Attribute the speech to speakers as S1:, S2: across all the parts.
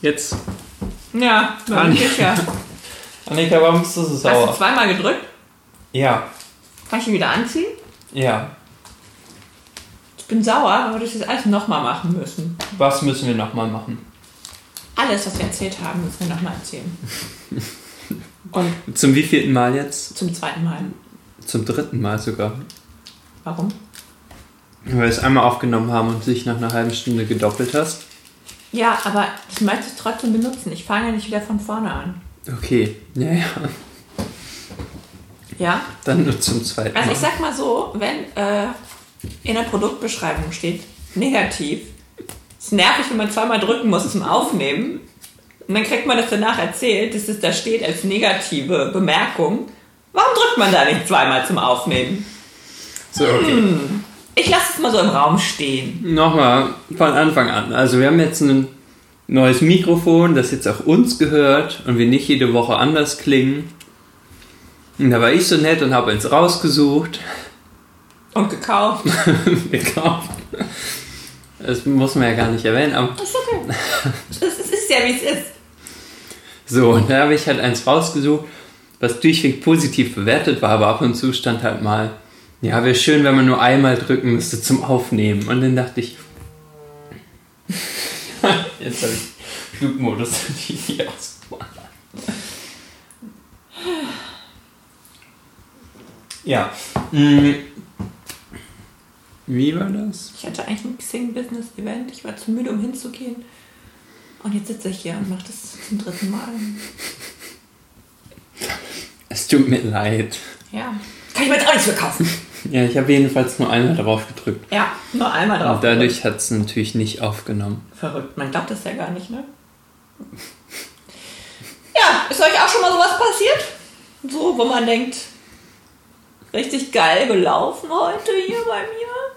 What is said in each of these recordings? S1: Jetzt.
S2: Ja,
S1: Ah, nee.
S2: geht's ja.
S1: Annika, warum bist du so
S2: Hast du
S1: sauer?
S2: zweimal gedrückt?
S1: Ja,
S2: Kann ich ihn wieder anziehen?
S1: ja.
S2: Ich bin sauer, weil wir das jetzt alles nochmal machen müssen.
S1: Was müssen wir nochmal machen?
S2: Alles, was wir erzählt haben, müssen wir nochmal erzählen. Und
S1: Zum wievielten Mal jetzt?
S2: zum zweiten Mal.
S1: Zum dritten Mal sogar.
S2: Warum?
S1: Weil wir es einmal aufgenommen haben und sich nach einer halben Stunde gedoppelt hast.
S2: Ja, aber ich möchte es trotzdem benutzen. Ich fange nicht wieder von vorne an.
S1: Okay, ja, ja.
S2: Ja?
S1: Dann nur zum zweiten
S2: Also ich
S1: Mal.
S2: sag mal so, wenn äh, in der Produktbeschreibung steht negativ, ist nervig, wenn man zweimal drücken muss zum Aufnehmen. Und dann kriegt man das danach erzählt, dass es da steht als negative Bemerkung. Warum drückt man da nicht zweimal zum Aufnehmen?
S1: So, okay.
S2: Ich lasse es mal so im Raum stehen.
S1: Nochmal von Anfang an. Also wir haben jetzt ein neues Mikrofon, das jetzt auch uns gehört und wir nicht jede Woche anders klingen. Und da war ich so nett und habe eins rausgesucht,
S2: Und gekauft.
S1: gekauft. Das muss man ja gar nicht erwähnen, aber
S2: Ist okay. Es es ist ja, wie es ist.
S1: So, und da habe ich halt eins rausgesucht, was durchweg positiv bewertet war, aber ab und zu stand halt mal, ja, wäre schön, wenn man nur einmal drücken müsste zum Aufnehmen. Und dann dachte ich, jetzt habe ich Flugmodus die ausgemacht. Ja. mm. Wie war das?
S2: Ich hatte eigentlich ein Xing-Business-Event. Ich war zu müde, um hinzugehen. Und jetzt sitze ich hier und mache das zum dritten Mal.
S1: Es tut mir leid.
S2: Ja. Kann ich mir jetzt auch nichts verkaufen.
S1: Ja, ich habe jedenfalls nur einmal drauf gedrückt.
S2: Ja, nur einmal drauf.
S1: Und dadurch hat es natürlich nicht aufgenommen.
S2: Verrückt, man glaubt das ja gar nicht, ne? Ja, ist euch auch schon mal sowas passiert? So, wo man denkt, richtig geil gelaufen heute hier bei mir.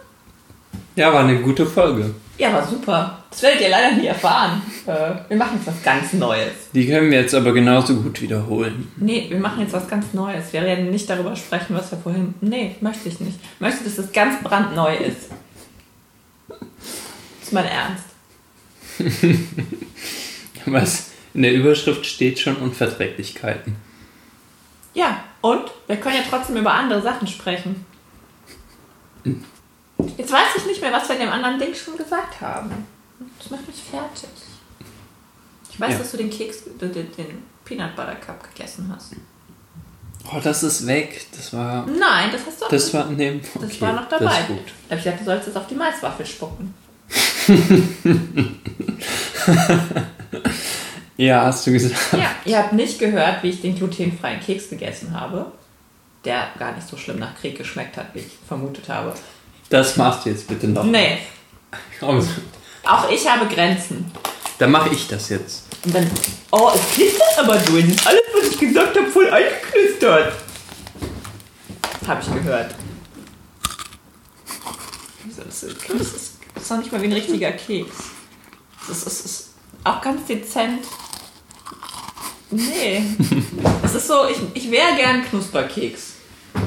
S1: Ja, war eine gute Folge.
S2: Ja, war super. Das werdet ihr leider nie erfahren. Äh, wir machen jetzt was ganz Neues.
S1: Die können wir jetzt aber genauso gut wiederholen.
S2: Nee, wir machen jetzt was ganz Neues. Wir werden nicht darüber sprechen, was wir vorhin. Nee, möchte ich nicht. Ich möchte, dass es ganz brandneu ist. Ist mein Ernst.
S1: Was in der Überschrift steht schon Unverträglichkeiten.
S2: Ja, und wir können ja trotzdem über andere Sachen sprechen. Jetzt weiß ich nicht mehr, was wir in dem anderen Ding schon gesagt haben. Das macht mich fertig. Ich weiß,
S1: Ja.
S2: dass du den Keks, den, den- den Peanut Butter Cup gegessen hast.
S1: Oh, das ist weg. Das war.
S2: Nein, das hast du auch
S1: Das
S2: nicht.
S1: war neben.
S2: das war noch dabei.
S1: Das ist gut.
S2: Da habe ich gedacht, du sollst jetzt auf die Maiswaffel spucken.
S1: Ja, hast du gesagt.
S2: Ja, ihr habt nicht gehört, wie ich den glutenfreien Keks gegessen habe, der gar nicht so schlimm nach Krieg geschmeckt hat, wie ich vermutet habe.
S1: Das machst du jetzt bitte noch.
S2: Nee,
S1: Komm,
S2: auch ich habe Grenzen.
S1: dann mache ich das jetzt.
S2: Und dann, oh, es knistert aber drin. Ist Alles, was ich gesagt habe, voll eingeknistert. Hab ich gehört. Wieso ist Das das ist, das ist noch nicht mal wie ein richtiger Keks. Das ist, ist auch ganz dezent. Nee. Es ist so, ich, ich wäre gern Knusperkeks.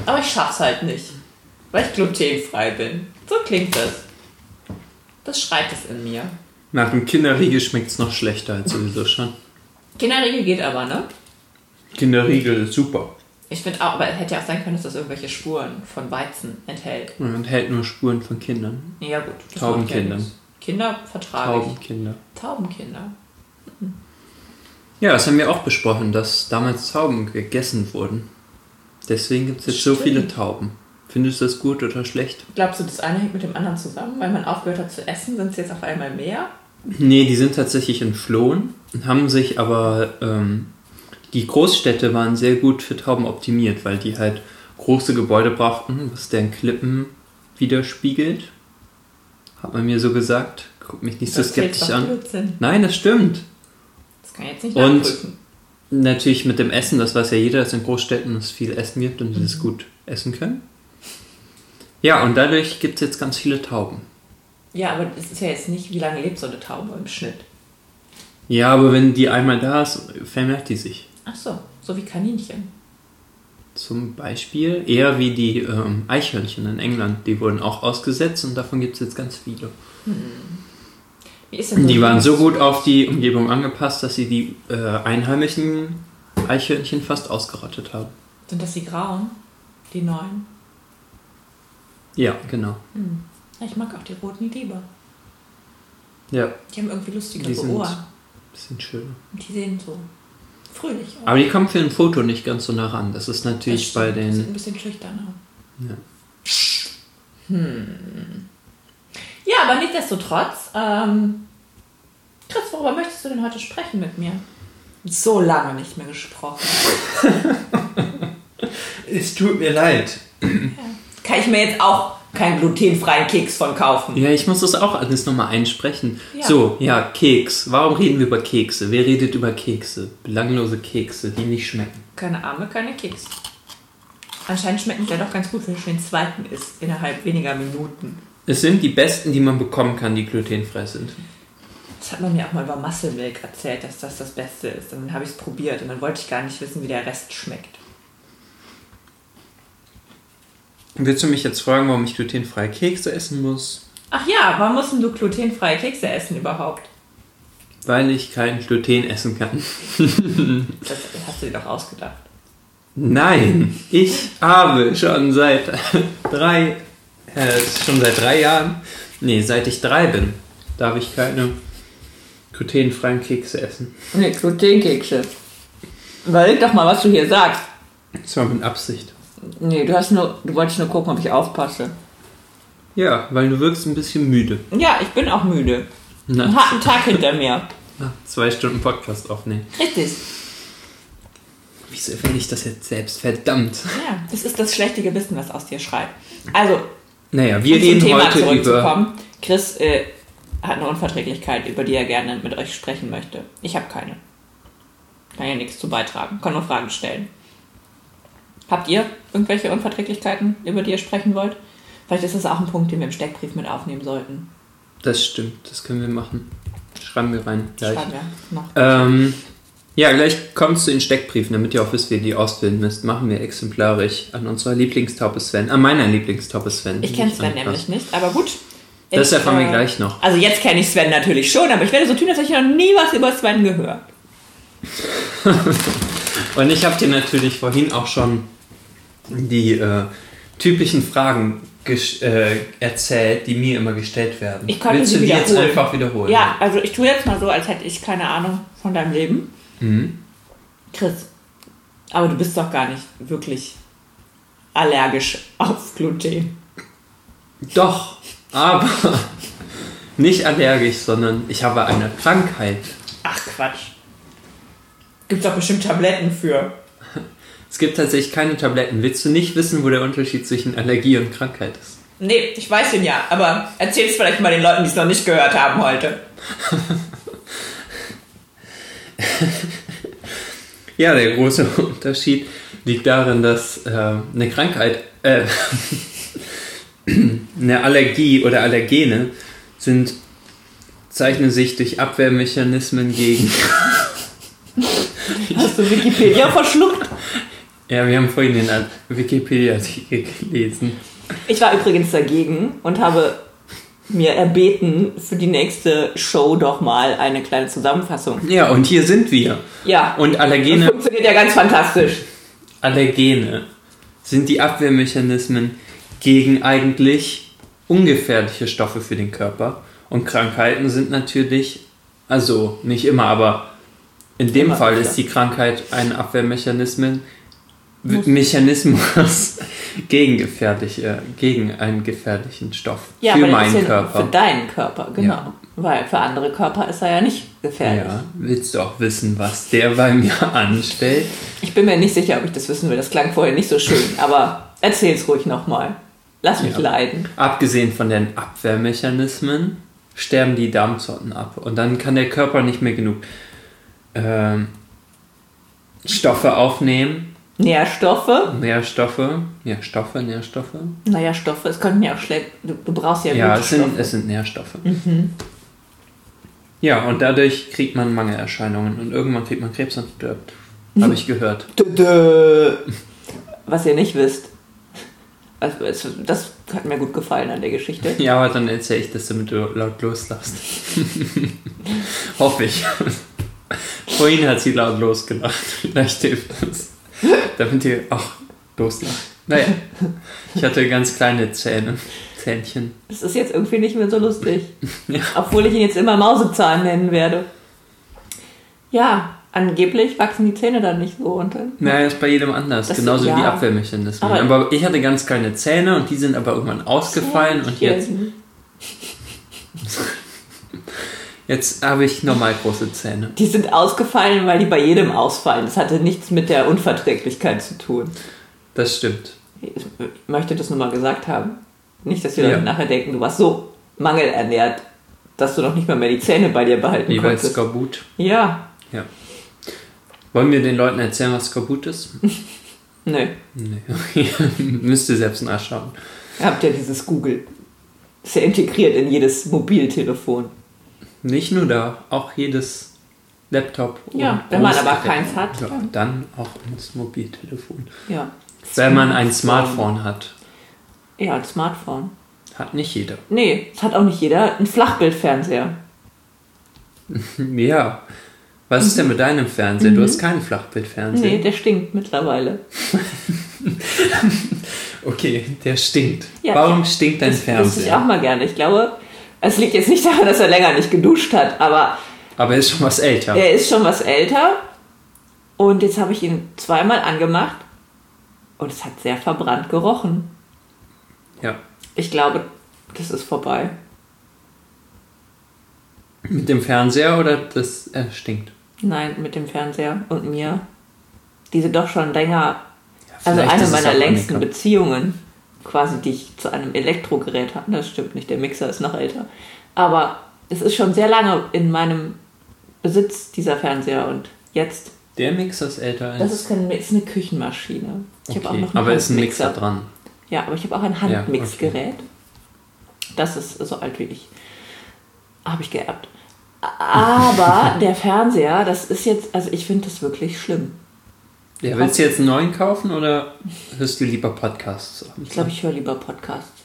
S2: Aber ich schaff's halt nicht. Weil ich glutenfrei bin. So klingt das. Das schreit es in mir.
S1: Nach dem Kinderriegel schmeckt es noch schlechter als sowieso schon.
S2: Kinderriegel geht aber, ne?
S1: Kinderriegel ist super.
S2: Ich finde auch, aber es hätte ja auch sein können, dass das irgendwelche Spuren von Weizen enthält.
S1: Und enthält nur Spuren von Kindern.
S2: Nee, ja gut. das
S1: Taubenkindern.
S2: macht ja nichts. Kinder vertrage
S1: Taubenkinder.
S2: ich. Taubenkinder.
S1: Ja, das haben wir auch besprochen, dass damals Tauben gegessen wurden. Deswegen gibt es jetzt so
S2: Stimmt.
S1: viele Tauben. Findest du das gut oder schlecht?
S2: Glaubst du, das eine hängt mit dem anderen zusammen? Weil man aufgehört hat zu essen, sind es jetzt auf einmal mehr?
S1: Nee, die sind tatsächlich entflohen, haben sich aber ähm, die Großstädte waren sehr gut für Tauben optimiert, weil die halt große Gebäude brauchten, was deren Klippen widerspiegelt. Hat man mir so gesagt. Guck mich nicht so
S2: Das zählt
S1: skeptisch
S2: doch
S1: an.
S2: Blödsinn.
S1: Nein, das stimmt.
S2: Das kann ich jetzt nicht
S1: Und-
S2: nachprüfen.
S1: Natürlich mit dem Essen, das weiß ja jeder, dass in Großstädten es viel Essen gibt und die
S2: Mhm.
S1: das gut essen können. Ja, und dadurch gibt es jetzt ganz viele Tauben.
S2: Ja, aber es ist ja jetzt nicht, wie lange lebt so eine Taube im Schnitt.
S1: Ja, aber wenn die einmal da ist, vermehrt die sich.
S2: Ach so, so wie Kaninchen.
S1: Zum Beispiel eher wie die ähm, Eichhörnchen in England. Die wurden auch ausgesetzt und davon gibt es jetzt ganz viele.
S2: Wie ist denn
S1: Die waren so gut auf die Umgebung angepasst, dass sie die äh, einheimischen Eichhörnchen fast ausgerottet haben.
S2: Sind das die grauen? Die neuen? Hm.
S1: Ja, genau.
S2: Ich mag auch die roten lieber.
S1: Ja,
S2: Die haben irgendwie lustigere
S1: Die sind-
S2: Ohren.
S1: bisschen schön.
S2: Und die sehen so fröhlich aus.
S1: Aber die kommen für ein Foto nicht ganz so nah ran. Das ist
S2: Das
S1: natürlich
S2: stimmt,
S1: bei
S2: die sind
S1: den.
S2: ein bisschen schüchterner.
S1: Ja.
S2: Hm. Ja, aber nichtsdestotrotz, ähm, Chris, worüber möchtest du denn heute sprechen mit mir? So lange nicht mehr gesprochen.
S1: Es tut mir leid.
S2: Kann ich mir jetzt auch keinen glutenfreien Keks von kaufen?
S1: Ja, ich muss das auch alles nochmal einsprechen.
S2: Ja.
S1: So, ja, Keks. Warum reden wir über Kekse? Wer redet über Kekse? Belanglose Kekse, die nicht schmecken.
S2: Keine Arme, keine Keks. Anscheinend schmecken die ja doch ganz gut, wenn du den zweiten isst, innerhalb weniger Minuten.
S1: Es sind die besten, die man bekommen kann, die glutenfrei sind.
S2: Das hat man mir auch mal über Muscle Milk erzählt, dass das das Beste ist. Und dann habe ich es probiert und dann wollte ich gar nicht wissen, wie der Rest schmeckt.
S1: Willst du mich jetzt fragen, warum ich glutenfreie Kekse essen muss?
S2: Ach ja, warum musst denn du glutenfreie Kekse essen überhaupt?
S1: Weil ich kein Gluten essen kann.
S2: Das hast du dir doch ausgedacht.
S1: Nein, ich habe schon seit drei, äh, schon seit drei Jahren, nee, seit ich drei bin, darf ich keine glutenfreien Kekse essen.
S2: Ne, Glutenkekse. Überleg doch mal, was du hier sagst.
S1: Das war mit Absicht.
S2: Nee, du, hast nur, du wolltest nur gucken, ob ich aufpasse.
S1: Ja, weil du wirkst ein bisschen müde.
S2: Ja, ich bin auch müde. Einen
S1: Na,
S2: harten Tag hinter mir.
S1: na, zwei Stunden Podcast aufnehmen.
S2: Richtig.
S1: Wieso erfinde ich das jetzt selbst? Verdammt.
S2: Ja, das ist das schlechte Gewissen, was aus dir schreit. Also,
S1: Naja, wir
S2: um zum
S1: reden
S2: Thema
S1: heute über.
S2: zurückzukommen. Chris äh, hat eine Unverträglichkeit, über die er gerne mit euch sprechen möchte. Ich habe keine. Kann ja nichts zu beitragen, kann nur Fragen stellen. Habt ihr irgendwelche Unverträglichkeiten, über die ihr sprechen wollt? Vielleicht ist das auch ein Punkt, den wir im Steckbrief mit aufnehmen sollten.
S1: Das stimmt, das können wir machen. Schreiben wir rein gleich.
S2: Schreiben wir noch.
S1: Ähm, ja, gleich kommt zu den Steckbriefen, damit ihr auch wisst, wie ihr die auswählen müsst. Machen wir exemplarisch an unserer Lieblingstaupe Sven, an meiner Lieblingstaupe Sven.
S2: Ich kenne
S1: Nicht
S2: Sven
S1: an
S2: nämlich
S1: Klaus.
S2: nicht, aber gut.
S1: Das
S2: Ich,
S1: erfahren wir
S2: äh,
S1: gleich noch.
S2: Also jetzt kenne ich Sven natürlich schon, aber ich werde so tun, als hätte ich noch nie was über Sven gehört.
S1: Und ich habe dir natürlich vorhin auch schon die äh, typischen Fragen gesch- äh, erzählt, die mir immer gestellt werden.
S2: Ich konnte
S1: Willst
S2: sie
S1: du die jetzt
S2: wiederholen.
S1: einfach wiederholen?
S2: Ja, also ich tue jetzt mal so, als hätte ich keine Ahnung von deinem Leben. Mhm. Chris, aber du bist doch gar nicht wirklich allergisch auf Gluten.
S1: Doch, aber nicht allergisch, sondern ich habe eine Krankheit.
S2: Ach Quatsch. Gibt's doch bestimmt Tabletten für.
S1: Es gibt tatsächlich keine Tabletten. Willst du nicht wissen, wo der Unterschied zwischen Allergie und Krankheit ist?
S2: Nee, ich weiß ihn ja, aber erzähl's vielleicht mal den Leuten, die es noch nicht gehört haben heute.
S1: Ja, der große Unterschied liegt darin, dass äh, eine Krankheit, äh, eine Allergie oder Allergene sind, zeichnen sich durch Abwehrmechanismen gegen.
S2: Hast du Wikipedia verschluckt?
S1: Ja, wir haben vorhin den Ar- Wikipedia-Artikel gelesen.
S2: Ich war übrigens dagegen und habe mir erbeten, für die nächste Show doch mal eine kleine Zusammenfassung.
S1: Ja, und hier sind wir.
S2: Ja,
S1: Und
S2: das
S1: Allergene,
S2: funktioniert ja ganz fantastisch.
S1: Allergene sind die Abwehrmechanismen gegen eigentlich ungefährliche Stoffe für den Körper. Und Krankheiten sind natürlich, also nicht immer, aber in dem
S2: Immer,
S1: Fall
S2: ja.
S1: ist die Krankheit ein Abwehrmechanismus Mechanismus gegen, gefährliche, gegen einen gefährlichen Stoff
S2: Ja,
S1: für
S2: aber das
S1: meinen
S2: ist ja Für
S1: Körper.
S2: deinen Körper, genau.
S1: Ja.
S2: Weil für andere Körper ist er ja nicht gefährlich.
S1: Ja, willst du auch wissen, was der bei mir anstellt?
S2: Ich bin mir nicht sicher, ob ich das wissen will. Das klang vorher nicht so schön, aber erzähl's ruhig nochmal. Lass mich
S1: Ja.
S2: leiden.
S1: Abgesehen von den Abwehrmechanismen sterben die Darmzotten ab und dann kann der Körper nicht mehr genug ähm, Stoffe aufnehmen,
S2: Nährstoffe.
S1: Nährstoffe, Nährstoffe, Nährstoffe.
S2: Naja, Stoffe, es könnten ja auch schlecht. Du, du brauchst ja,
S1: Ja,
S2: gute
S1: es sind,
S2: Stoffe.
S1: es sind Nährstoffe. Ja, und dadurch kriegt man Mangelerscheinungen und irgendwann kriegt man Krebs und stirbt. Habe ich gehört.
S2: Dö, dö. Was ihr nicht wisst. Also, es, das hat mir gut gefallen an der Geschichte.
S1: Ja, aber dann erzähle ich das, damit du laut loslasst. Hoffe ich. Vorhin hat sie laut losgelacht. Vielleicht hilft das. Damit ihr auch loslacht. Naja, ich hatte ganz kleine Zähne. Zähnchen.
S2: Das ist jetzt irgendwie nicht mehr so lustig. Obwohl ich ihn jetzt immer Mausezahn nennen werde. Ja, angeblich wachsen die Zähne dann nicht so und dann.
S1: Naja, ist bei jedem anders.
S2: Das-
S1: Genauso
S2: ja.
S1: wie Abwehrmechanismen.
S2: Aber-
S1: Aber, ich hatte ganz kleine Zähne und die sind aber irgendwann ausgefallen und jetzt, jetzt habe ich normal große Zähne.
S2: Die sind ausgefallen, weil die bei jedem ausfallen. Das hatte nichts mit der Unverträglichkeit zu tun.
S1: Das stimmt.
S2: Ich möchte das nur mal gesagt haben. Nicht, dass die
S1: Ja.
S2: Leute nachher denken, du warst so mangelernährt, dass du noch nicht mal mehr die Zähne bei dir behalten
S1: Wie bei
S2: konntest.
S1: Skorbut.
S2: Ja,
S1: Ja. Wollen wir den Leuten erzählen, was Skorbut ist?
S2: nö.
S1: Nee, okay. Müsst ihr selbst nachschauen.
S2: Ihr habt ja dieses Google. Ist ja integriert in jedes Mobiltelefon.
S1: Nicht nur da, auch jedes Laptop.
S2: Ja,
S1: und
S2: wenn man aber
S1: Großgerät.
S2: keins hat,
S1: Ja,
S2: dann-
S1: dann auch das Mobiltelefon.
S2: Ja.
S1: Wenn man ein Smartphone hat,
S2: Ja, ein Smartphone.
S1: hat nicht jeder.
S2: Nee, es hat auch nicht jeder einen Flachbildfernseher.
S1: Ja. Was ist denn mit deinem Fernseher? Du hast keinen Flachbildfernseher.
S2: Mhm. Nee, der stinkt mittlerweile.
S1: Okay, der stinkt.
S2: Ja,
S1: Warum stinkt dein
S2: Das ich auch
S1: Fernseher?
S2: mal gerne. Ich glaube, es liegt jetzt nicht daran, dass er länger nicht geduscht hat, aber
S1: Aber er ist schon was älter.
S2: er ist schon was älter. Und jetzt habe ich ihn zweimal angemacht und es hat sehr verbrannt gerochen.
S1: Ja.
S2: Ich glaube, das ist vorbei.
S1: Mit dem Fernseher oder das er stinkt?
S2: Nein, mit dem Fernseher und mir. Diese doch schon länger, also
S1: vielleicht
S2: eine
S1: ist es
S2: meiner
S1: auch
S2: längsten
S1: Annika.
S2: Beziehungen, quasi, die ich zu einem Elektrogerät hatte. Das stimmt nicht, der Mixer ist noch älter. Aber es ist schon sehr lange in meinem Besitz, dieser Fernseher. Und jetzt,
S1: Der Mixer ist älter als.
S2: das ist, kein, ist eine Küchenmaschine. Ich habe auch noch einen
S1: aber ist ein Mixer
S2: Handmixer.
S1: dran.
S2: Ja, aber ich habe auch ein
S1: okay.
S2: Handmixgerät. Das ist so alt wie ich. Habe ich geerbt. Aber der Fernseher, das ist jetzt, also ich finde das wirklich schlimm.
S1: Ja, willst du jetzt einen neuen kaufen oder hörst du lieber Podcasts?
S2: Ich glaube, ich höre lieber Podcasts.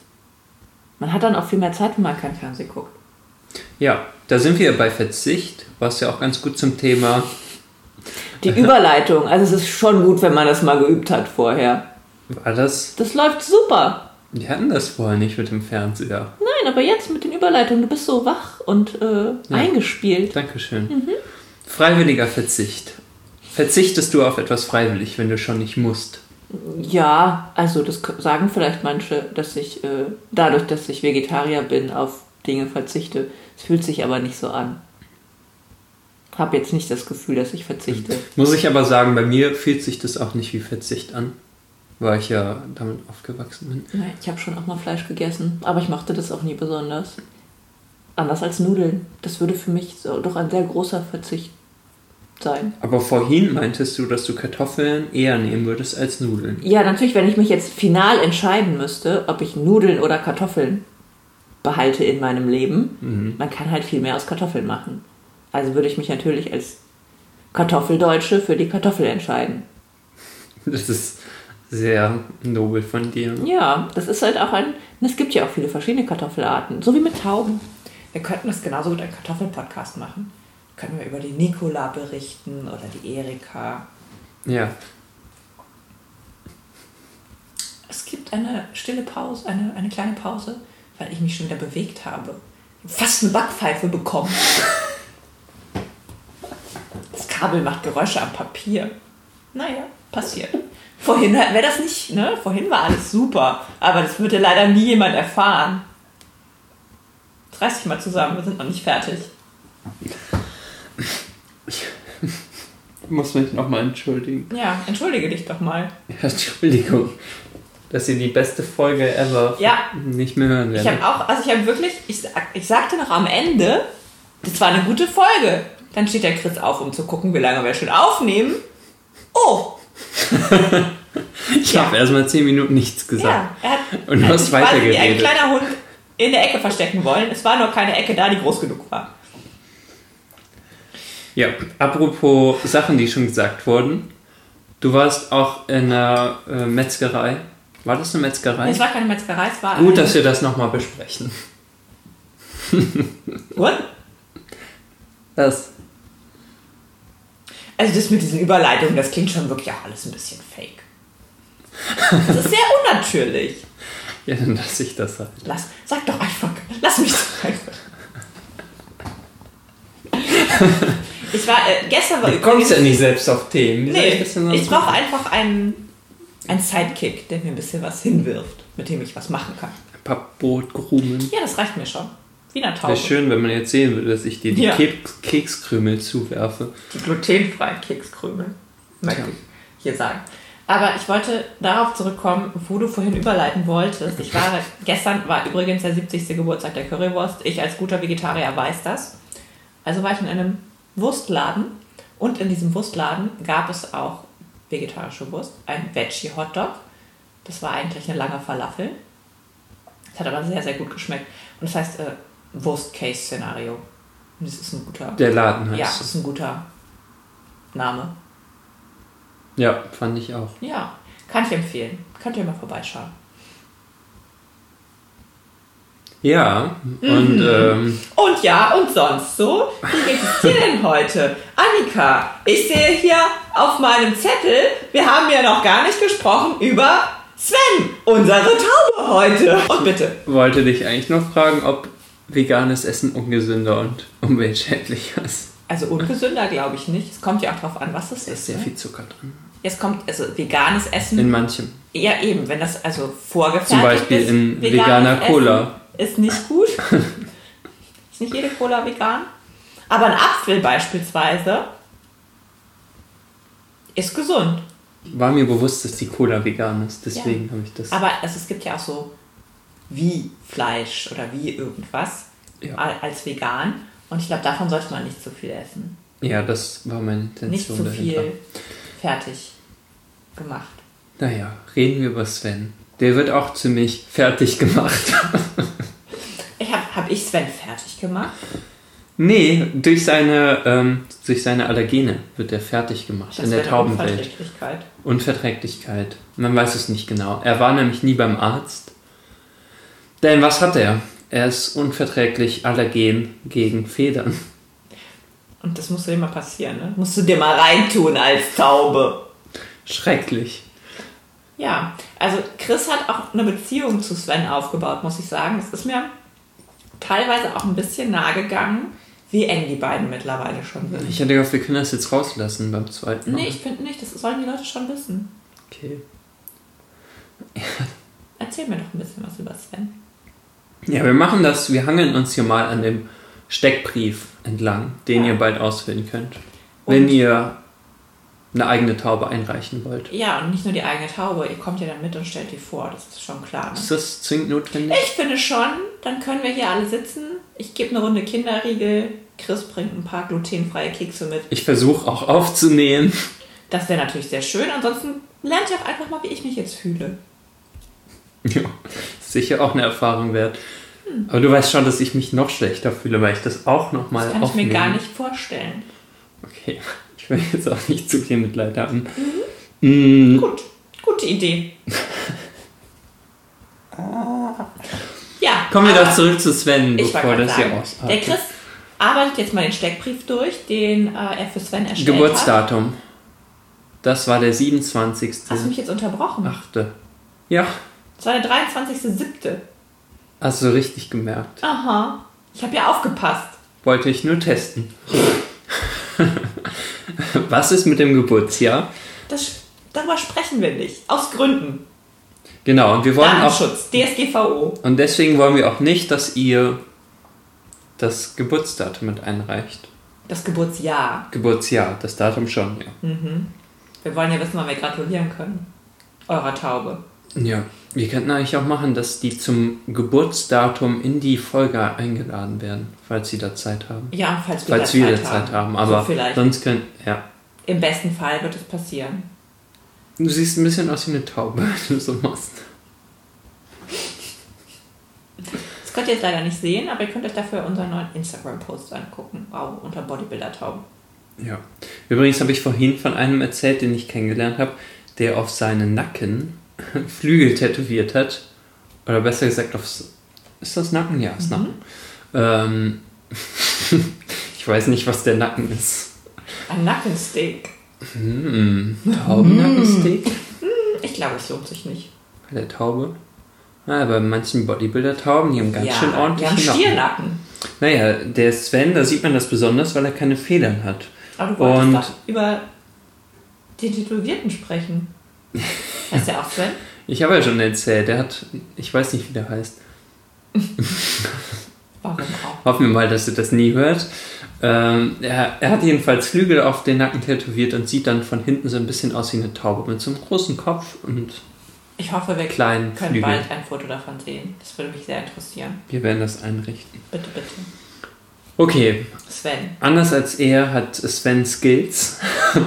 S2: Man hat dann auch viel mehr Zeit, wenn man kein Fernsehen guckt.
S1: Ja, da sind wir bei Verzicht, was ja auch ganz gut zum Thema.
S2: Die Überleitung, also es ist schon gut, wenn man das mal geübt hat vorher.
S1: War das?
S2: Das läuft super.
S1: Wir hatten das vorher nicht mit dem Fernseher.
S2: Nein, aber jetzt mit den Überleitungen, du bist so wach und äh, eingespielt.
S1: Dankeschön. Freiwilliger Verzicht. Verzichtest du auf etwas freiwillig, wenn du schon nicht musst?
S2: Ja, also das k- sagen vielleicht manche, dass ich äh, dadurch, dass ich Vegetarier bin, auf Dinge verzichte. Es fühlt sich aber nicht so an. Hab jetzt nicht das Gefühl, dass ich verzichte.
S1: Muss ich aber sagen, bei mir fühlt sich das auch nicht wie Verzicht an, weil ich ja damit aufgewachsen bin.
S2: Nein, ich habe schon auch mal Fleisch gegessen, aber ich mochte das auch nie besonders. Anders als Nudeln. Das würde für mich so, doch ein sehr großer Verzicht sein.
S1: Aber vorhin meintest du, dass du Kartoffeln eher nehmen würdest als Nudeln.
S2: Ja, natürlich, wenn ich mich jetzt final entscheiden müsste, ob ich Nudeln oder Kartoffeln behalte in meinem Leben, man kann halt viel mehr aus Kartoffeln machen. Also würde ich mich natürlich als Kartoffeldeutsche für die Kartoffel entscheiden.
S1: Das ist sehr nobel von dir.
S2: Ja, das ist halt auch ein. und Es gibt ja auch viele verschiedene Kartoffelarten, so wie mit Tauben. Wir könnten das genauso gut einen Kartoffelpodcast machen. Können wir über die Nicola berichten oder die Erika.
S1: Ja,
S2: Es gibt eine stille Pause, eine, eine kleine Pause, weil ich mich schon wieder bewegt habe. Fast eine Backpfeife bekommen. Das Kabel macht Geräusche am Papier. Naja, passiert. Vorhin wäre das nicht, ne? Vorhin war alles super, aber das würde leider nie jemand erfahren. Das Reiß dich mal zusammen, wir sind noch nicht fertig.
S1: ich muss mich nochmal entschuldigen.
S2: Ja, entschuldige dich doch mal.
S1: Entschuldigung, dass ihr die beste Folge ever
S2: Ja.
S1: nicht mehr hören
S2: Ich habe
S1: werdet.
S2: auch, also ich habe wirklich, ich, sag- ich sagte noch am Ende, das war eine gute Folge. Dann steht der Chris auf, um zu gucken, wie lange wir schon aufnehmen. Oh,
S1: Ich habe erstmal 10 Minuten nichts gesagt.
S2: ja. Er hat,
S1: Und du
S2: er hat
S1: hast
S2: sich quasi wie ein
S1: weitergeredet.
S2: kleiner Hund in der Ecke verstecken wollen. Es war nur keine Ecke da, die groß genug war.
S1: Ja. apropos Sachen, die schon gesagt wurden. Du warst auch in einer äh, Metzgerei War das eine Metzgerei?
S2: Es war keine Metzgerei, es war.
S1: Gut,
S2: eine-
S1: dass wir das nochmal besprechen.
S2: What?
S1: Das.
S2: Also, das mit diesen Überleitungen, das klingt schon wirklich auch alles ein bisschen fake. Das ist sehr unnatürlich.
S1: Ja, dann lasse ich das halt.
S2: Lass, sag doch einfach, lass mich sagen. Ich war, äh, gestern war
S1: Du kommst ja nicht selbst auf Themen. Wie soll
S2: Nee,
S1: das denn sonst
S2: ich brauche einfach einen, einen Sidekick, der mir ein bisschen was hinwirft, mit dem ich was machen kann.
S1: Ein paar Brotgrumen.
S2: Ja, das reicht mir schon. Wiener Taube.
S1: Wäre schön, wenn man jetzt sehen würde, dass ich dir die
S2: Ja.
S1: Keks Kekskrümel zuwerfe.
S2: Die glutenfreien Kekskrümel. Möchte
S1: Tja.
S2: ich hier sagen. Aber ich wollte darauf zurückkommen, wo du vorhin überleiten wolltest. Ich war, gestern war übrigens der 70. Geburtstag der Currywurst. Ich als guter Vegetarier weiß das. Also war ich in einem Wurstladen und in diesem Wurstladen gab es auch vegetarische Wurst, ein Veggie-Hotdog. Das war eigentlich eine lange Falafel. Es hat aber sehr, sehr gut geschmeckt. Und das heißt, äh, Worst-Case-Szenario. Und Das ist ein guter
S1: Der Laden heißt
S2: ja,
S1: so.
S2: ist ein guter Name.
S1: Ja, fand ich auch.
S2: Ja, kann ich empfehlen. Könnt ihr mal vorbeischauen.
S1: Ja, und ähm,
S2: Und ja, und sonst so? Wie geht es dir denn heute? Annika, ich sehe hier auf meinem Zettel, wir haben ja noch gar nicht gesprochen über Sven, unsere Taube heute. Und bitte.
S1: wollte dich eigentlich noch fragen, ob veganes Essen ungesünder und umweltschädlicher ist.
S2: Also ungesünder glaube ich nicht. Es kommt ja auch drauf an, was es
S1: Da ist
S2: ist.
S1: sehr
S2: Ne?
S1: viel Zucker drin.
S2: Jetzt kommt also veganes Essen.
S1: In manchem.
S2: Ja, eben, wenn das also vorgefertigt
S1: Zum Beispiel
S2: ist.
S1: in
S2: veganes
S1: veganer
S2: Essen
S1: Cola.
S2: Ist nicht gut. ist nicht jede Cola vegan. Aber ein Apfel beispielsweise ist gesund.
S1: War mir bewusst, dass die Cola vegan ist, deswegen habe ich das.
S2: Aber es, es gibt ja auch so wie Fleisch oder wie irgendwas
S1: Ja.
S2: al- als vegan. Und ich glaube, davon sollte man nicht zu viel essen.
S1: Ja, das war meine
S2: Nicht
S1: Intention
S2: zu
S1: dahinter.
S2: viel fertig gemacht.
S1: Naja, reden wir über Sven. Der wird auch ziemlich fertig gemacht.
S2: Ich habe hab ich Sven fertig gemacht.
S1: nee, durch seine, ähm, durch seine Allergene wird er fertig gemacht in der
S2: wäre eine
S1: Taubenwelt.
S2: Unverträglichkeit.
S1: Unverträglichkeit. Man weiß es nicht genau. Er war nämlich nie beim Arzt. Denn was hat er? Er ist unverträglich allergen gegen Federn.
S2: Und das musste dir mal passieren, ne? Musst du dir mal reintun als Taube.
S1: Schrecklich.
S2: Ja, also Chris hat auch eine Beziehung zu Sven aufgebaut, muss ich sagen. Es ist mir teilweise auch ein bisschen nahe gegangen, wie eng die beiden mittlerweile schon sind.
S1: Ich hätte gehofft, wir können das jetzt rauslassen beim zweiten Mal.
S2: Nee, ich finde nicht, das sollen die Leute schon wissen.
S1: Okay.
S2: Erzähl mir doch ein bisschen was über Sven.
S1: Ja, wir machen das. Wir hangeln uns hier mal an dem Steckbrief entlang, den
S2: Ja.
S1: ihr bald ausfüllen könnt,
S2: Und-
S1: wenn ihr eine eigene Taube einreichen wollt.
S2: Ja, und nicht nur die eigene Taube, ihr kommt ja dann mit und stellt die vor, das ist schon klar. Ne?
S1: Ist das zwingend notwendig?
S2: Ich finde schon, dann können wir hier alle sitzen. Ich gebe eine Runde Kinderriegel, Chris bringt ein paar glutenfreie Kekse mit.
S1: Ich versuche auch aufzunehmen.
S2: Das wäre natürlich sehr schön. Ansonsten lernt ihr auch einfach mal, wie ich mich jetzt fühle.
S1: Ja, ist sicher auch eine Erfahrung wert. Aber du weißt schon, dass ich mich noch schlechter fühle, weil ich das auch nochmal
S2: Das kann ich mir gar nicht vorstellen.
S1: Okay, ich will jetzt auch nicht zu viel Mitleid haben. Mhm.
S2: Gut, gute Idee. ja.
S1: Ah. Kommen wir
S2: aber
S1: doch zurück zu Sven,
S2: Ich wollte
S1: bevor
S2: gerade
S1: das hier Ah,
S2: sagen, der
S1: ausartet.
S2: Chris arbeitet jetzt mal den Steckbrief durch, den äh, er für Sven erstellt hat.
S1: Ah. Geburtsdatum. Das war der 27.
S2: Hast du mich jetzt unterbrochen?
S1: Achte. Ja,
S2: Das war der 23.07.
S1: hast du richtig gemerkt.
S2: Aha. Ich habe ja aufgepasst.
S1: Wollte ich nur testen. Was ist mit dem Geburtsjahr?
S2: Das, darüber sprechen wir nicht. Aus Gründen.
S1: Genau, und wir wollen auch
S2: Datenschutz, DSGVO.
S1: Und deswegen wollen wir auch nicht, dass ihr das Geburtsdatum mit einreicht.
S2: Das Geburtsjahr.
S1: Geburtsjahr, das Datum schon, ja.
S2: Wir wollen ja wissen, wann wir gratulieren können. Eurer Taube.
S1: Ja. Wir könnten eigentlich auch machen, dass die zum Geburtsdatum in die Folge eingeladen werden, falls sie da Zeit haben.
S2: Ja, und falls wir
S1: falls
S2: da
S1: wir da
S2: Zeit
S1: Zeit haben,
S2: haben.
S1: aber
S2: So vielleicht.
S1: sonst können. Ja.
S2: Im besten Fall wird es passieren.
S1: Du siehst ein bisschen aus wie eine Taube, wenn du so machst.
S2: Das könnt ihr jetzt leider nicht sehen, aber ihr könnt euch dafür unseren neuen Instagram-Post angucken. Wow, unter Bodybuilder-Tauben.
S1: Ja. Übrigens habe ich vorhin von einem erzählt, den ich kennengelernt habe, der auf seinen Nacken Flügel tätowiert hat. Oder besser gesagt, aufs. Ist das Nacken? Ja, ist Nacken. Ähm, ich weiß nicht, was der Nacken ist.
S2: Ein Nackensteak.
S1: Hm, Taubennackensteak?
S2: Ich glaube, es lohnt sich nicht.
S1: Bei der Taube? Ah, bei manchen Bodybuilder-Tauben, die haben ganz schön
S2: wir haben
S1: ordentlich ne?
S2: Stiernacken.
S1: Naja, der Sven, da sieht man das besonders, weil er keine Federn hat.
S2: Aber du wolltest
S1: Und-
S2: doch über den Tätowierten sprechen. Heißt der auch Sven?
S1: Ich habe ja schon erzählt, der hat, ich weiß nicht, wie der heißt.
S2: Warum auch?
S1: Hoffen wir mal, dass ihr das nie hört. Ähm, er, er hat jedenfalls Flügel auf den Nacken tätowiert und sieht dann von hinten so ein bisschen aus wie eine Taube mit so einem großen Kopf und
S2: Ich hoffe, wir
S1: kleinen
S2: können
S1: Flügeln.
S2: bald ein Foto davon sehen. Das würde mich sehr interessieren.
S1: Wir werden das einrichten.
S2: Bitte, bitte.
S1: Okay,
S2: Sven.
S1: anders als er hat Sven Skills.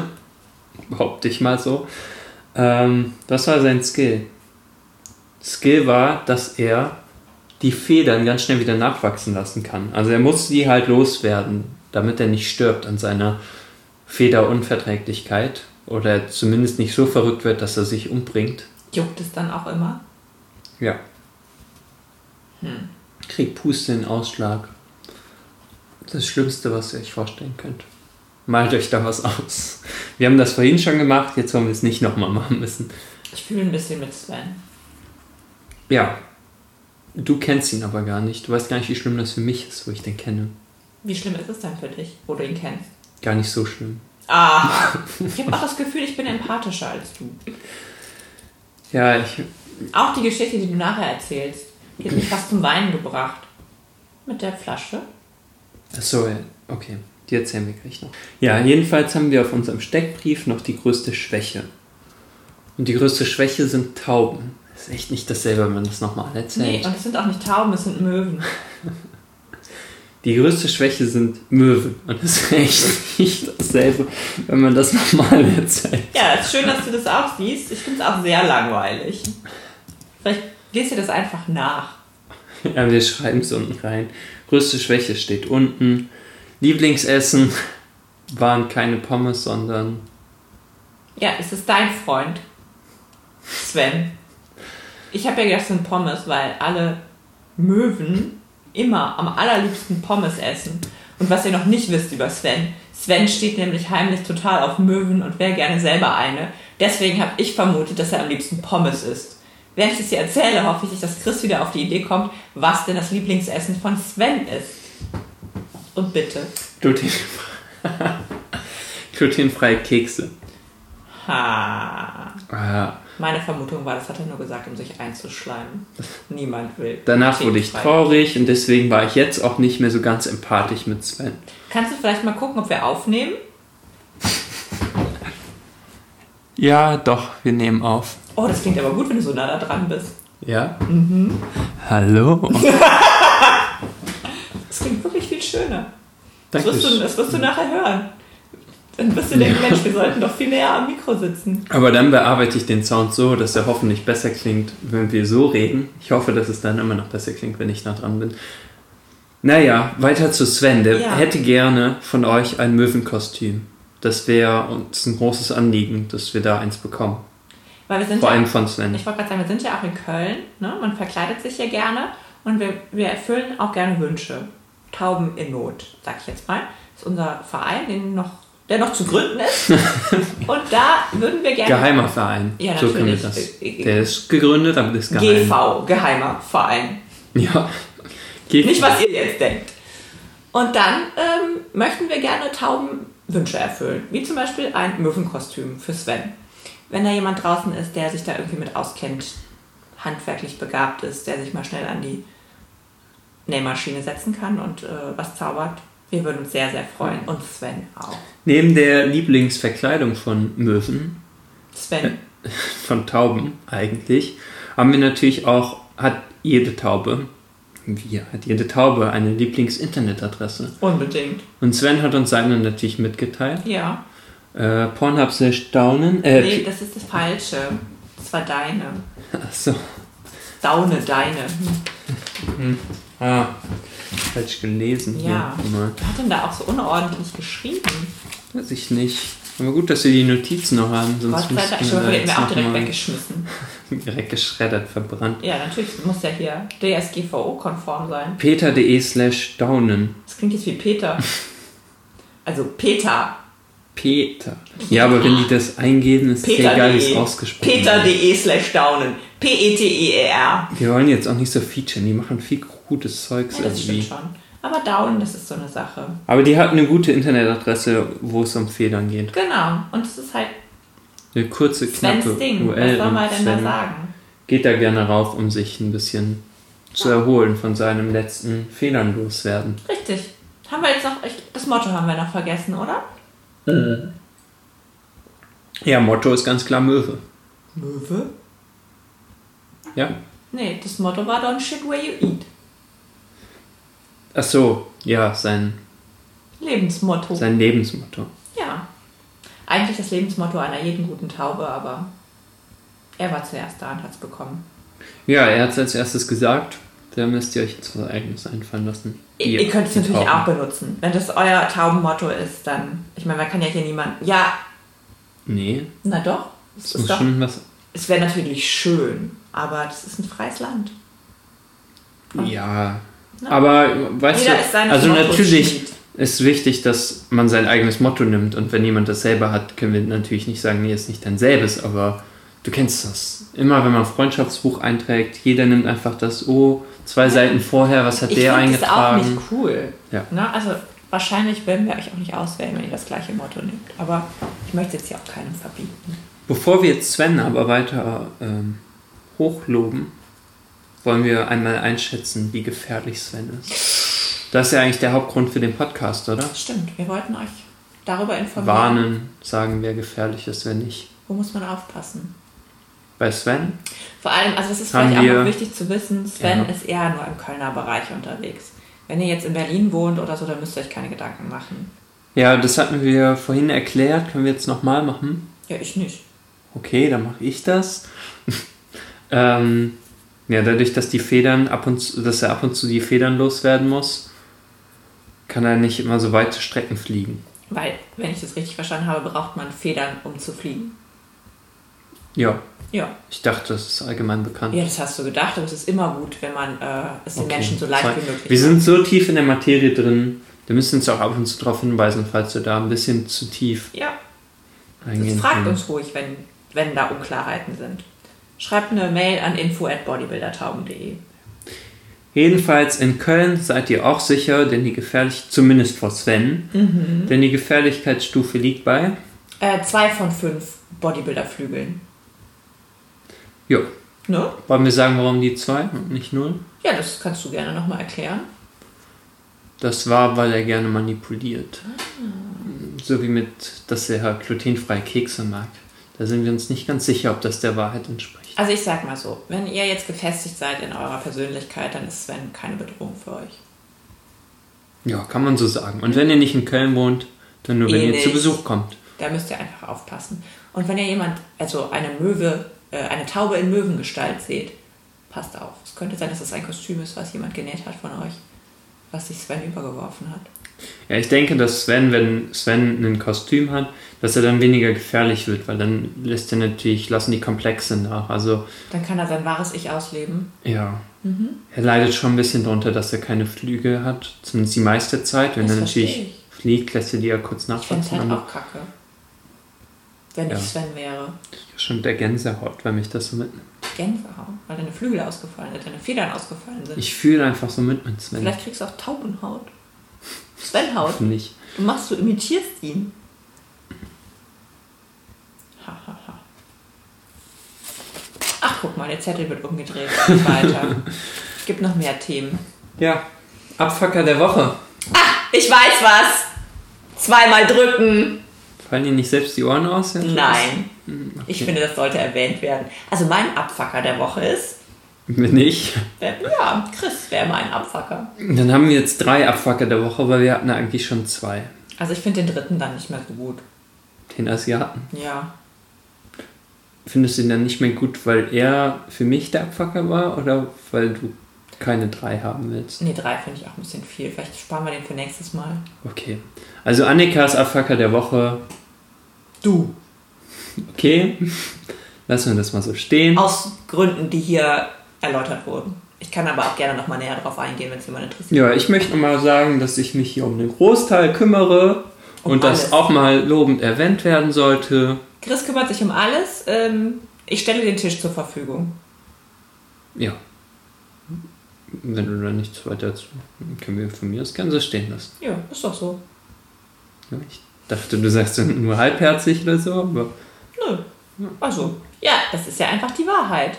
S1: Behaupte ich mal so. Ähm, was war sein Skill? Skill war, dass er die Federn ganz schnell wieder nachwachsen lassen kann. Also er muss die halt loswerden, damit er nicht stirbt an seiner Federunverträglichkeit oder zumindest nicht so verrückt wird, dass er sich umbringt.
S2: Juckt es dann auch immer?
S1: Ja. Hm. Kriegt Pusteln, Ausschlag. Das Schlimmste, was ihr euch vorstellen könnt. Malt euch da was aus. Wir haben das vorhin schon gemacht, jetzt wollen wir es nicht nochmal machen müssen.
S2: Ich fühle ein bisschen mit Sven.
S1: Ja. Du kennst ihn aber gar nicht. Du weißt gar nicht, wie schlimm das für mich ist, wo ich den kenne.
S2: Wie schlimm ist es denn für dich, wo du ihn kennst?
S1: Gar nicht so schlimm.
S2: Ah, ich habe auch das Gefühl, ich bin empathischer als du.
S1: Ja, ich.
S2: Auch die Geschichte, die du nachher erzählst, die hat mich fast zum Weinen gebracht. Mit der Flasche.
S1: Achso, ja, okay. Die erzählen wir gleich noch. Ja, jedenfalls haben wir auf unserem Steckbrief noch die größte Schwäche. Und die größte Schwäche sind Tauben. Das ist echt nicht dasselbe, wenn man das nochmal erzählt.
S2: Nee, und es sind auch nicht Tauben, es sind Möwen.
S1: Die größte Schwäche sind Möwen. Und das ist echt nicht dasselbe, wenn man das nochmal erzählt.
S2: Ja, ist schön, dass du das auch siehst. Ich finde es auch sehr langweilig. Vielleicht gehst du das einfach nach.
S1: Ja, wir schreiben es unten rein. Größte Schwäche steht unten. Lieblingsessen waren keine Pommes, sondern
S2: Ja, es ist dein Freund. Sven. Ich habe ja gedacht, es sind Pommes, weil alle Möwen immer am allerliebsten Pommes essen. Und was ihr noch nicht wisst über Sven, Sven steht nämlich heimlich total auf Möwen und wäre gerne selber eine. Deswegen habe ich vermutet, dass er am liebsten Pommes isst. Während ich es dir erzähle, hoffe ich, nicht, dass Chris wieder auf die Idee kommt, was denn das Lieblingsessen von Sven ist. Und bitte.
S1: glutenfreie, glutenfreie Kekse.
S2: Ha.
S1: Ah,
S2: Meine Vermutung war, das hat er nur gesagt, um sich einzuschleimen. Niemand will.
S1: danach wurde ich
S2: Glutenfrei.
S1: traurig und deswegen war ich jetzt auch nicht mehr so ganz empathisch mit Sven.
S2: Kannst du vielleicht mal gucken, ob wir aufnehmen?
S1: Ja, doch, wir nehmen auf.
S2: Oh, das klingt aber gut, wenn du so nah da dran bist.
S1: Ja? Mhm. Hallo?
S2: Das klingt wirklich viel schöner. Das wirst, du,
S1: Dankeschön.
S2: das wirst du nachher hören. Dann wirst du denken, Mensch, wir sollten doch viel näher am Mikro sitzen.
S1: Aber dann bearbeite ich den Sound so, dass er hoffentlich besser klingt, wenn wir so reden. Ich hoffe, dass es dann immer noch besser klingt, wenn ich nah dran bin. Naja, weiter zu Sven. Der
S2: Ja.
S1: hätte gerne von euch ein Möwenkostüm. Das wäre uns ein großes Anliegen, dass wir da eins bekommen.
S2: Weil wir sind
S1: Vor
S2: ja,
S1: allem von Sven.
S2: ich wollte gerade sagen, wir sind ja auch in Köln. Ne? Man verkleidet sich ja gerne und wir, wir erfüllen auch gerne Wünsche. Tauben in Not, sag ich jetzt mal. Das ist unser Verein, den noch, der noch zu gründen ist. und da würden wir gerne
S1: Geheimer Verein.
S2: Ja,
S1: so können wir
S2: natürlich. Äh,
S1: das.
S2: Ich- ich-
S1: Der ist gegründet, aber ist geheim.
S2: GV, geheimer Verein.
S1: Ja. GV.
S2: Nicht, was ihr jetzt denkt. Und dann ähm, möchten wir gerne Taubenwünsche erfüllen, wie zum Beispiel ein Möwenkostüm für Sven. Wenn da jemand draußen ist, der sich da irgendwie mit auskennt, handwerklich begabt ist, der sich mal schnell an die Nähmaschine setzen kann und äh, was zaubert, wir würden uns sehr, sehr freuen. Und Sven auch.
S1: Neben der Lieblingsverkleidung von Möwen
S2: Sven,
S1: von Tauben eigentlich, haben wir natürlich auch, hat jede Taube, wir, hat jede Taube eine Lieblings-Internetadresse.
S2: unbedingt.
S1: Und Sven hat uns seine natürlich mitgeteilt.
S2: Ja.
S1: Äh, Pornhub slash Daunen, äh,
S2: Nee, das ist das Falsche. Das war deine.
S1: achso,
S2: Daune, deine.
S1: ah, falsch gelesen.
S2: Ja.
S1: Hier. Mal.
S2: Wer hat denn da auch so unordentlich geschrieben?
S1: Weiß ich nicht. Aber gut, dass wir die Notizen noch haben, sonst
S2: Gott sei Dank,
S1: müssten
S2: ich
S1: wir da jetzt
S2: hätten wir auch direkt
S1: noch mal
S2: weggeschmissen.
S1: direkt geschreddert, verbrannt.
S2: Ja, natürlich muss der hier DSGVO-konform sein.
S1: peter.de slash daunen.
S2: Das klingt jetzt wie Peter. Also Peter.
S1: Peter. Ja, aber wenn die das eingeben, ist es ja egal, wie es
S2: Peter.de.
S1: ausgesprochen wird.
S2: Peter.de E slash downen. E P-E-T-E-R.
S1: Wir wollen jetzt auch nicht so featuren, die machen viel gutes Zeugs
S2: Ja, das stimmt
S1: irgendwie.
S2: schon. Aber downen, das ist so eine Sache.
S1: Aber die hat eine gute Internetadresse, wo es um Federn geht.
S2: Genau. Und es ist halt
S1: Eine kurze,
S2: Svens
S1: knappe
S2: Ding.
S1: URL.
S2: Was soll man
S1: und
S2: denn da
S1: Sven
S2: sagen?
S1: Geht da gerne rauf, um sich ein bisschen zu erholen von seinem letzten Fehlern loswerden.
S2: Richtig. Haben wir jetzt noch, ich, das Motto haben wir noch vergessen, oder?
S1: Ja, Motto ist ganz klar Möwe.
S2: Möwe?
S1: Ja.
S2: Nee, das Motto war Don't shit where you eat.
S1: Ach so, ja, sein,
S2: Lebensmotto.
S1: sein Lebensmotto.
S2: Ja. Eigentlich das Lebensmotto einer jeden guten Taube, aber er war zuerst da und hat's bekommen.
S1: Ja, er hat es als erstes gesagt. Da müsst ihr euch jetzt was eigenes einfallen lassen.
S2: Ihr, ihr könnt es
S1: die
S2: natürlich
S1: Tauben.
S2: auch benutzen. Wenn das euer Taubenmotto ist, dann. Ich meine, man kann ja hier niemanden. Ja,
S1: Nee,
S2: na doch. Es,
S1: es muss
S2: ist doch,
S1: schon was.
S2: es wäre natürlich schön, aber das ist ein freies Land.
S1: Ja. Aber weißt
S2: Ah. Jeder
S1: du,
S2: ist seines
S1: also
S2: Mottos
S1: natürlich
S2: Schmied.
S1: ist wichtig, dass man sein eigenes Motto nimmt und wenn jemand das selber hat, können wir natürlich nicht sagen, nee, ist nicht dein selbes, aber du kennst das. Immer wenn man ein Freundschaftsbuch einträgt, jeder nimmt einfach das, oh, zwei Seiten vorher, was hat
S2: Ich
S1: der
S2: finde das auch
S1: eingetragen?
S2: nicht cool.
S1: Ja.
S2: Ne? Also wahrscheinlich werden wir euch auch nicht auswählen, wenn ihr das gleiche Motto nehmt. Aber ich möchte jetzt hier auch keinem verbieten.
S1: Bevor wir jetzt Sven aber weiter ähm, hochloben, wollen wir einmal einschätzen, wie gefährlich Sven ist. Das ist ja eigentlich der Hauptgrund für den Podcast, oder?
S2: Stimmt, wir wollten euch darüber informieren.
S1: Warnen, sagen, wer gefährlich ist, wer nicht.
S2: Wo muss man aufpassen?
S1: Bei Sven?
S2: Vor allem, also das ist
S1: Haben
S2: vielleicht auch
S1: wir-
S2: noch wichtig zu wissen, Sven
S1: Ja.
S2: ist eher nur im Kölner Bereich unterwegs. Wenn ihr jetzt in Berlin wohnt oder so, dann müsst ihr euch keine Gedanken machen.
S1: Ja, das hatten wir vorhin erklärt. Können wir jetzt nochmal machen?
S2: Ja, ich nicht.
S1: Okay, dann mache ich das. ähm, ja, dadurch, dass die Federn ab und zu, dass er ab und zu die Federn loswerden muss, kann er nicht immer so weite Strecken fliegen.
S2: Weil, wenn ich das richtig verstanden habe, braucht man Federn, um zu fliegen.
S1: Ja,
S2: Ja.
S1: ich dachte, das ist allgemein bekannt.
S2: Ja, das hast du gedacht, aber es ist immer gut, wenn man äh, es den
S1: Okay.
S2: Menschen so leicht
S1: Sorry.
S2: wie möglich
S1: Wir sind so tief in der Materie drin, wir müssen uns auch ab und zu darauf hinweisen, falls wir da ein bisschen zu tief
S2: macht. Ja.
S1: reingehen.
S2: Fragt
S1: können.
S2: uns ruhig, wenn, wenn da Unklarheiten sind. Schreibt eine Mail an info@bodybuildertauben.de.
S1: Jedenfalls in Köln seid ihr auch sicher, denn die gefährlich zumindest vor Sven,
S2: Mhm.
S1: denn die Gefährlichkeitsstufe liegt bei.
S2: Äh, zwei von fünf Bodybuilderflügeln.
S1: Jo,
S2: Ne?
S1: wollen wir sagen, warum die zwei und nicht null?
S2: Ja, das kannst du gerne nochmal erklären.
S1: Das war, weil er gerne manipuliert.
S2: Ah.
S1: So wie mit, dass er glutenfreie Kekse mag. Da sind wir uns nicht ganz sicher, ob das der Wahrheit entspricht.
S2: Also ich sag mal so, wenn ihr jetzt gefestigt seid in eurer Persönlichkeit, dann ist Sven keine Bedrohung für euch.
S1: Ja, kann man so sagen. Und wenn ihr nicht in Köln wohnt, dann nur, wenn
S2: Eh
S1: ihr zu
S2: nicht.
S1: Besuch kommt.
S2: Da müsst ihr einfach aufpassen. Und wenn ihr jemand, also eine Möwe, äh, eine Taube in Möwengestalt seht, passt auf. Es könnte sein, dass es ein Kostüm ist, was jemand genäht hat von euch, was sich Sven übergeworfen hat.
S1: Ja, ich denke, dass Sven, wenn Sven ein Kostüm hat, dass er dann weniger gefährlich wird, weil dann lässt er natürlich, lassen die Komplexe nach. Also,
S2: Dann kann er sein wahres Ich ausleben.
S1: ja.
S2: Mhm.
S1: Er leidet schon ein bisschen darunter, dass er keine Flüge hat. Zumindest die meiste Zeit. Wenn
S2: Das
S1: er
S2: verstehe
S1: natürlich
S2: ich.
S1: fliegt, lässt er die ja kurz
S2: Ich fände es
S1: nachwachsen.
S2: halt
S1: Aber
S2: auch kacke. Wenn
S1: Ja.
S2: ich Sven wäre.
S1: schon der Gänsehaut, weil mich das so mitnimmt.
S2: Gänsehaut, weil deine Flügel ausgefallen sind, deine Federn ausgefallen sind.
S1: Ich fühle einfach so mit mit Sven.
S2: Vielleicht kriegst du auch Taubenhaut. Svenhaut.
S1: Hoffentlich.
S2: Du machst, du imitierst ihn. Hahaha. Ha, ha. Ach, guck mal, der Zettel wird umgedreht. Weiter. Gibt noch mehr Themen. Ah,
S1: Ja. Abfacker der Woche.
S2: Ich weiß was! Zweimal drücken!
S1: Fallen dir nicht selbst die Ohren aus? wenn du
S2: Nein.
S1: das-
S2: Ich finde, das sollte erwähnt werden. Also mein Abfacker der Woche ist,
S1: Wenn nicht.
S2: wer- ja, Chris wäre mein Abfacker.
S1: Dann haben wir jetzt drei Abfacker der Woche, weil wir hatten eigentlich schon zwei.
S2: Also ich finde den dritten dann nicht mehr so gut.
S1: Den Asiaten.
S2: Ja.
S1: Findest du ihn dann nicht mehr gut, weil er für mich der Abfacker war oder weil du keine drei haben willst.
S2: Nee, drei finde ich auch ein bisschen viel. Vielleicht sparen wir den für nächstes Mal.
S1: Okay. Also Annikas Abfacker der Woche.
S2: Du.
S1: Okay. Lassen wir das mal so stehen.
S2: Aus Gründen, die hier erläutert wurden. Ich kann aber auch gerne nochmal näher drauf eingehen, wenn es jemand interessiert.
S1: Ja, ich möchte mal sagen, dass ich mich hier um den Großteil kümmere
S2: Um
S1: und das
S2: alles.
S1: auch mal lobend erwähnt werden sollte.
S2: Chris kümmert sich um alles. Ähm, ich stelle den Tisch zur Verfügung.
S1: Ja. Wenn du da nichts weiter zu. Können wir von mir das Ganze stehen lassen.
S2: Ja, ist doch so.
S1: Ja, Ich dachte, du sagst dann nur halbherzig oder so, aber
S2: Nö. Also, ja, das ist ja einfach die Wahrheit.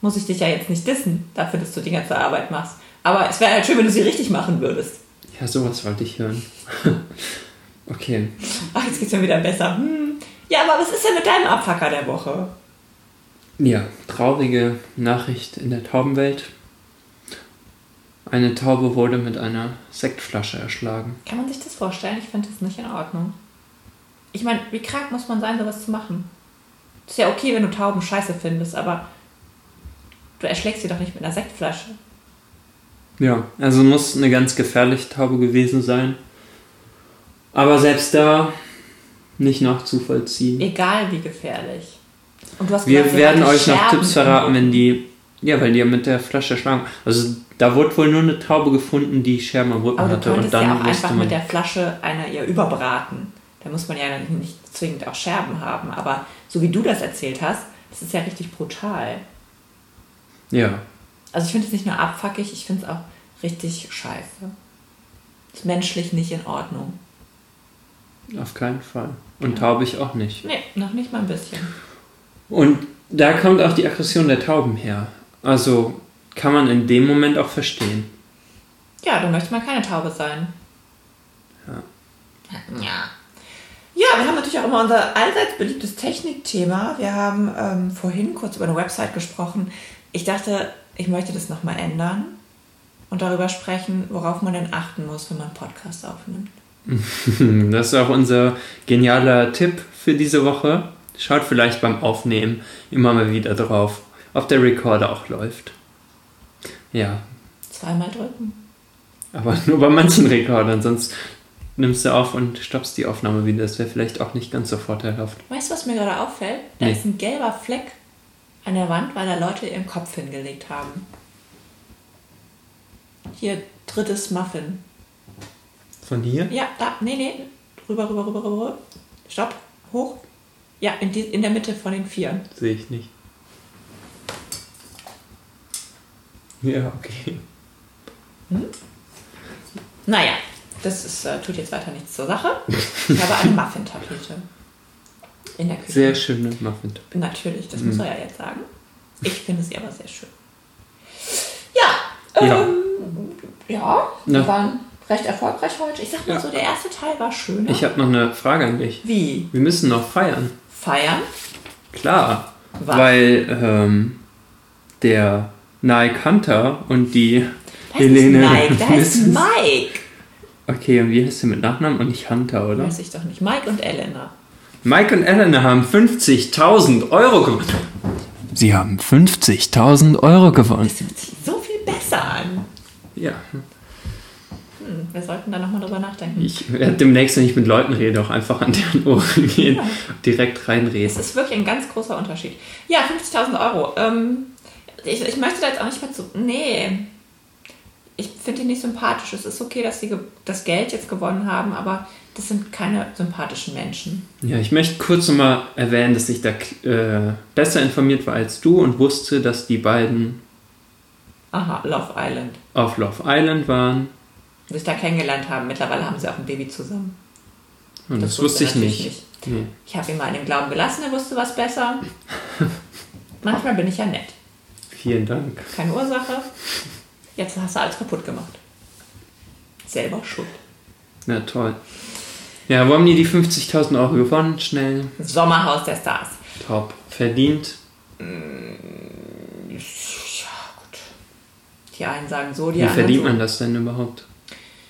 S2: Muss ich dich ja jetzt nicht dissen, dafür, dass du die ganze Arbeit machst. Aber es wäre halt schön, wenn du sie richtig machen würdest.
S1: ja, sowas wollte ich hören. okay.
S2: Ach, jetzt geht's mir wieder besser. Hm. Ja, aber was ist denn mit deinem Abfacker der Woche?
S1: Ja, traurige Nachricht in der Taubenwelt. Eine Taube wurde mit einer Sektflasche erschlagen.
S2: Kann man sich das vorstellen? Ich finde das nicht in Ordnung. Ich meine, wie krank muss man sein, sowas zu machen? Ist ja okay, wenn du Tauben scheiße findest, aber du erschlägst sie doch nicht mit einer Sektflasche.
S1: Ja, also muss eine ganz gefährliche Taube gewesen sein. Aber selbst da nicht nachzuvollziehen.
S2: Egal wie gefährlich. Und du hast
S1: Wir
S2: gesagt, sie
S1: werden
S2: wollte
S1: euch noch
S2: sterben.
S1: Tipps verraten, wenn die. Ja, weil die ja mit der Flasche erschlagen. Also da wurde wohl nur eine Taube gefunden, die Scherben am Rücken
S2: Aber du
S1: hatte. Und
S2: könntest ja
S1: dann
S2: auch
S1: musste
S2: einfach mit
S1: man.
S2: der Flasche einer ihr überbraten. Da muss man ja nicht zwingend auch Scherben haben. Aber so wie du das erzählt hast, das ist ja richtig brutal.
S1: Ja.
S2: Also ich finde es nicht nur abfackig, ich finde es auch richtig scheiße. Ist menschlich nicht in Ordnung.
S1: Auf keinen Fall. Und Taube ich auch nicht.
S2: Nee, noch nicht mal ein bisschen.
S1: Und da kommt auch die Aggression der Tauben her. Also kann man in dem Moment auch verstehen.
S2: Ja, du möchtest mal keine Taube sein.
S1: Ja.
S2: Ja. Ja, wir haben natürlich auch immer unser allseits beliebtes Technikthema. Wir haben ähm, vorhin kurz über eine Website gesprochen. Ich dachte, ich möchte das nochmal ändern und darüber sprechen, worauf man denn achten muss, wenn man Podcasts aufnimmt.
S1: Das ist auch unser genialer Tipp für diese Woche. Schaut vielleicht beim Aufnehmen immer mal wieder drauf, ob der Recorder auch läuft. Ja,
S2: Zweimal drücken.
S1: aber nur bei manchen Recordern, sonst nimmst du auf und stoppst die Aufnahme wieder. Das wäre vielleicht auch nicht ganz so vorteilhaft.
S2: Weißt du, was mir gerade auffällt? Da
S1: Nee.
S2: ist ein gelber Fleck an der Wand, weil da Leute ihren Kopf hingelegt haben. Hier, drittes Muffin.
S1: Von hier?
S2: Ja, da, nee, nee. Rüber, rüber, rüber, rüber, rüber. Stopp, hoch. Ja, in, die, in der Mitte von den vier.
S1: Sehe ich nicht. Ja, okay.
S2: Naja, das ist, äh, tut jetzt weiter nichts zur Sache. Ich habe eine Muffin-Tapete. In der Küche.
S1: Sehr Mhm. schöne Muffin.
S2: Natürlich, das muss er ja jetzt sagen. Ich finde sie aber sehr schön. Ja,
S1: Ja.
S2: ähm, ja, wir
S1: Na.
S2: waren recht erfolgreich heute. Ich sag mal
S1: Ja.
S2: so, der erste Teil war schöner.
S1: Ich habe noch eine Frage an dich.
S2: Wie?
S1: Wir müssen noch feiern.
S2: Feiern?
S1: Klar.
S2: Was?
S1: Weil ähm, der Nike Hunter und die
S2: Da heißt nicht
S1: Helene.
S2: Mike, da heißt
S1: Mrs.
S2: Mike.
S1: okay, und wie heißt der mit Nachnamen? Und nicht Hunter, oder?
S2: Weiß ich doch nicht. Mike und Elena.
S1: Mike und Elena haben 50.000 Euro gewonnen. Sie haben 50.000 Euro gewonnen.
S2: Das hört sich so viel besser an.
S1: Ja,
S2: Hm, wir sollten da nochmal drüber nachdenken.
S1: ich werde demnächst, wenn ich mit Leuten rede, auch einfach an deren Ohren gehen, direkt
S2: Es
S1: reinreden.
S2: ist wirklich ein ganz großer Unterschied. Ja, 50.000 Euro. Ähm, ich, ich möchte da jetzt auch nicht mehr zu. Nee. Ich finde die nicht sympathisch. Es ist okay, dass sie ge- das Geld jetzt gewonnen haben, aber das sind keine sympathischen Menschen.
S1: Ja, ich möchte kurz nochmal erwähnen, dass ich da äh, besser informiert war als du und wusste, dass die beiden
S2: Aha, Love Island.
S1: auf Love Island waren.
S2: Die Sich da kennengelernt haben. Mittlerweile haben sie auch ein Baby zusammen.
S1: Und das, wusste
S2: wusste er
S1: ich
S2: natürlich
S1: nicht. Nee.
S2: Ich habe ihn mal in dem Glauben gelassen, er wusste was besser. Manchmal bin ich ja nett.
S1: Vielen Dank.
S2: Keine Ursache. Jetzt hast du alles kaputt gemacht. Selber schuld.
S1: Na toll. Ja, wo haben die die 50.000 Euro gewonnen? Schnell.
S2: Sommerhaus der Stars.
S1: Top. Verdient.
S2: Die einen sagen so, die
S1: Wie
S2: anderen
S1: verdient
S2: so.
S1: man das denn überhaupt?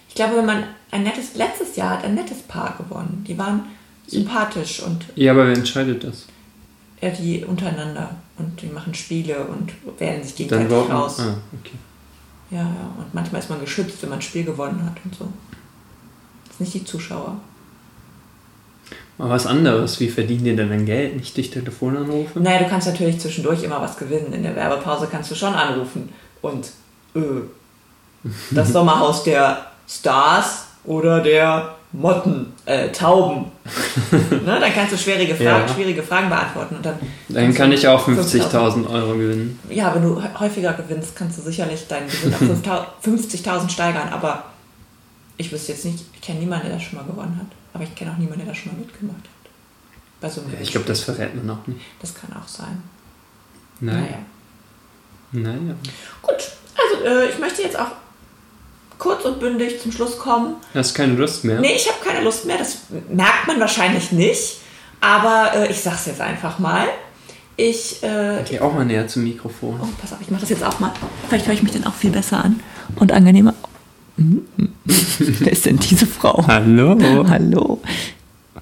S2: Ich glaube, wenn man ein nettes, letztes Jahr hat ein nettes Paar gewonnen. Die waren sympathisch und
S1: Ja, aber wer entscheidet das?
S2: äh, die untereinander und die machen Spiele und wählen sich gegenseitig
S1: voten-
S2: raus.
S1: Ah, okay.
S2: Ja, ja. Und manchmal ist man geschützt, wenn man ein Spiel gewonnen hat und so. Das sind nicht die Zuschauer.
S1: Mal was anderes. Wie verdienen die denn dein Geld? Nicht durch Telefonanrufe?
S2: Naja, du kannst natürlich zwischendurch immer was gewinnen. In der Werbepause kannst du schon anrufen. Und äh, das Sommerhaus der Stars oder der Motten, äh, Tauben. ne? Dann kannst du schwierige
S1: Ja.
S2: Fragen, schwierige Fragen beantworten. Und dann,
S1: Dann kann ich auch 50.000 Euro gewinnen.
S2: Ja, wenn du hä- häufiger gewinnst, kannst du sicherlich deinen Gewinn auf 5000 50.000 steigern. Aber ich wüsste jetzt nicht, ich kenne niemanden, der das schon mal gewonnen hat. Aber ich kenne auch niemanden, der das schon mal mitgemacht hat. Bei so einem
S1: Ja, ich glaube, das verrät man auch nicht.
S2: Das kann auch sein.
S1: Naja. Naja.
S2: Gut, also äh, ich möchte jetzt auch kurz und bündig zum Schluss kommen.
S1: Hast keine Lust mehr?
S2: Nee, ich habe keine Lust mehr, das merkt man wahrscheinlich nicht. Aber äh, ich sag's jetzt einfach mal. Ich. Äh,
S1: Geh auch mal näher zum Mikrofon.
S2: oh, pass auf, ich mache das jetzt auch mal. Vielleicht höre ich mich dann auch viel besser an und angenehmer. Mhm. Wer ist denn diese Frau?
S1: Hallo.
S2: Hallo.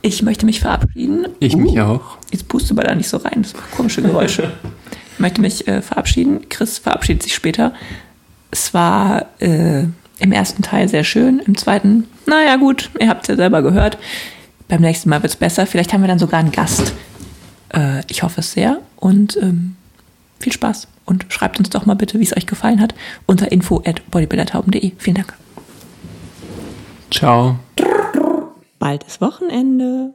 S2: Ich möchte mich verabschieden. Uh.
S1: Ich mich auch.
S2: Jetzt puste aber da nicht so rein. Das macht komische Geräusche. ich möchte mich äh, verabschieden. Chris verabschiedet sich später. Es war äh, im ersten Teil sehr schön. Im zweiten, naja, gut, ihr habt es ja selber gehört. Beim nächsten Mal wird es besser. Vielleicht haben wir dann sogar einen Gast. Äh, ich hoffe es sehr. Und ähm, viel Spaß. Und schreibt uns doch mal bitte, wie es euch gefallen hat, unter info at bodybuildertauben.de. Vielen Dank.
S1: Ciao.
S2: Bald ist Wochenende.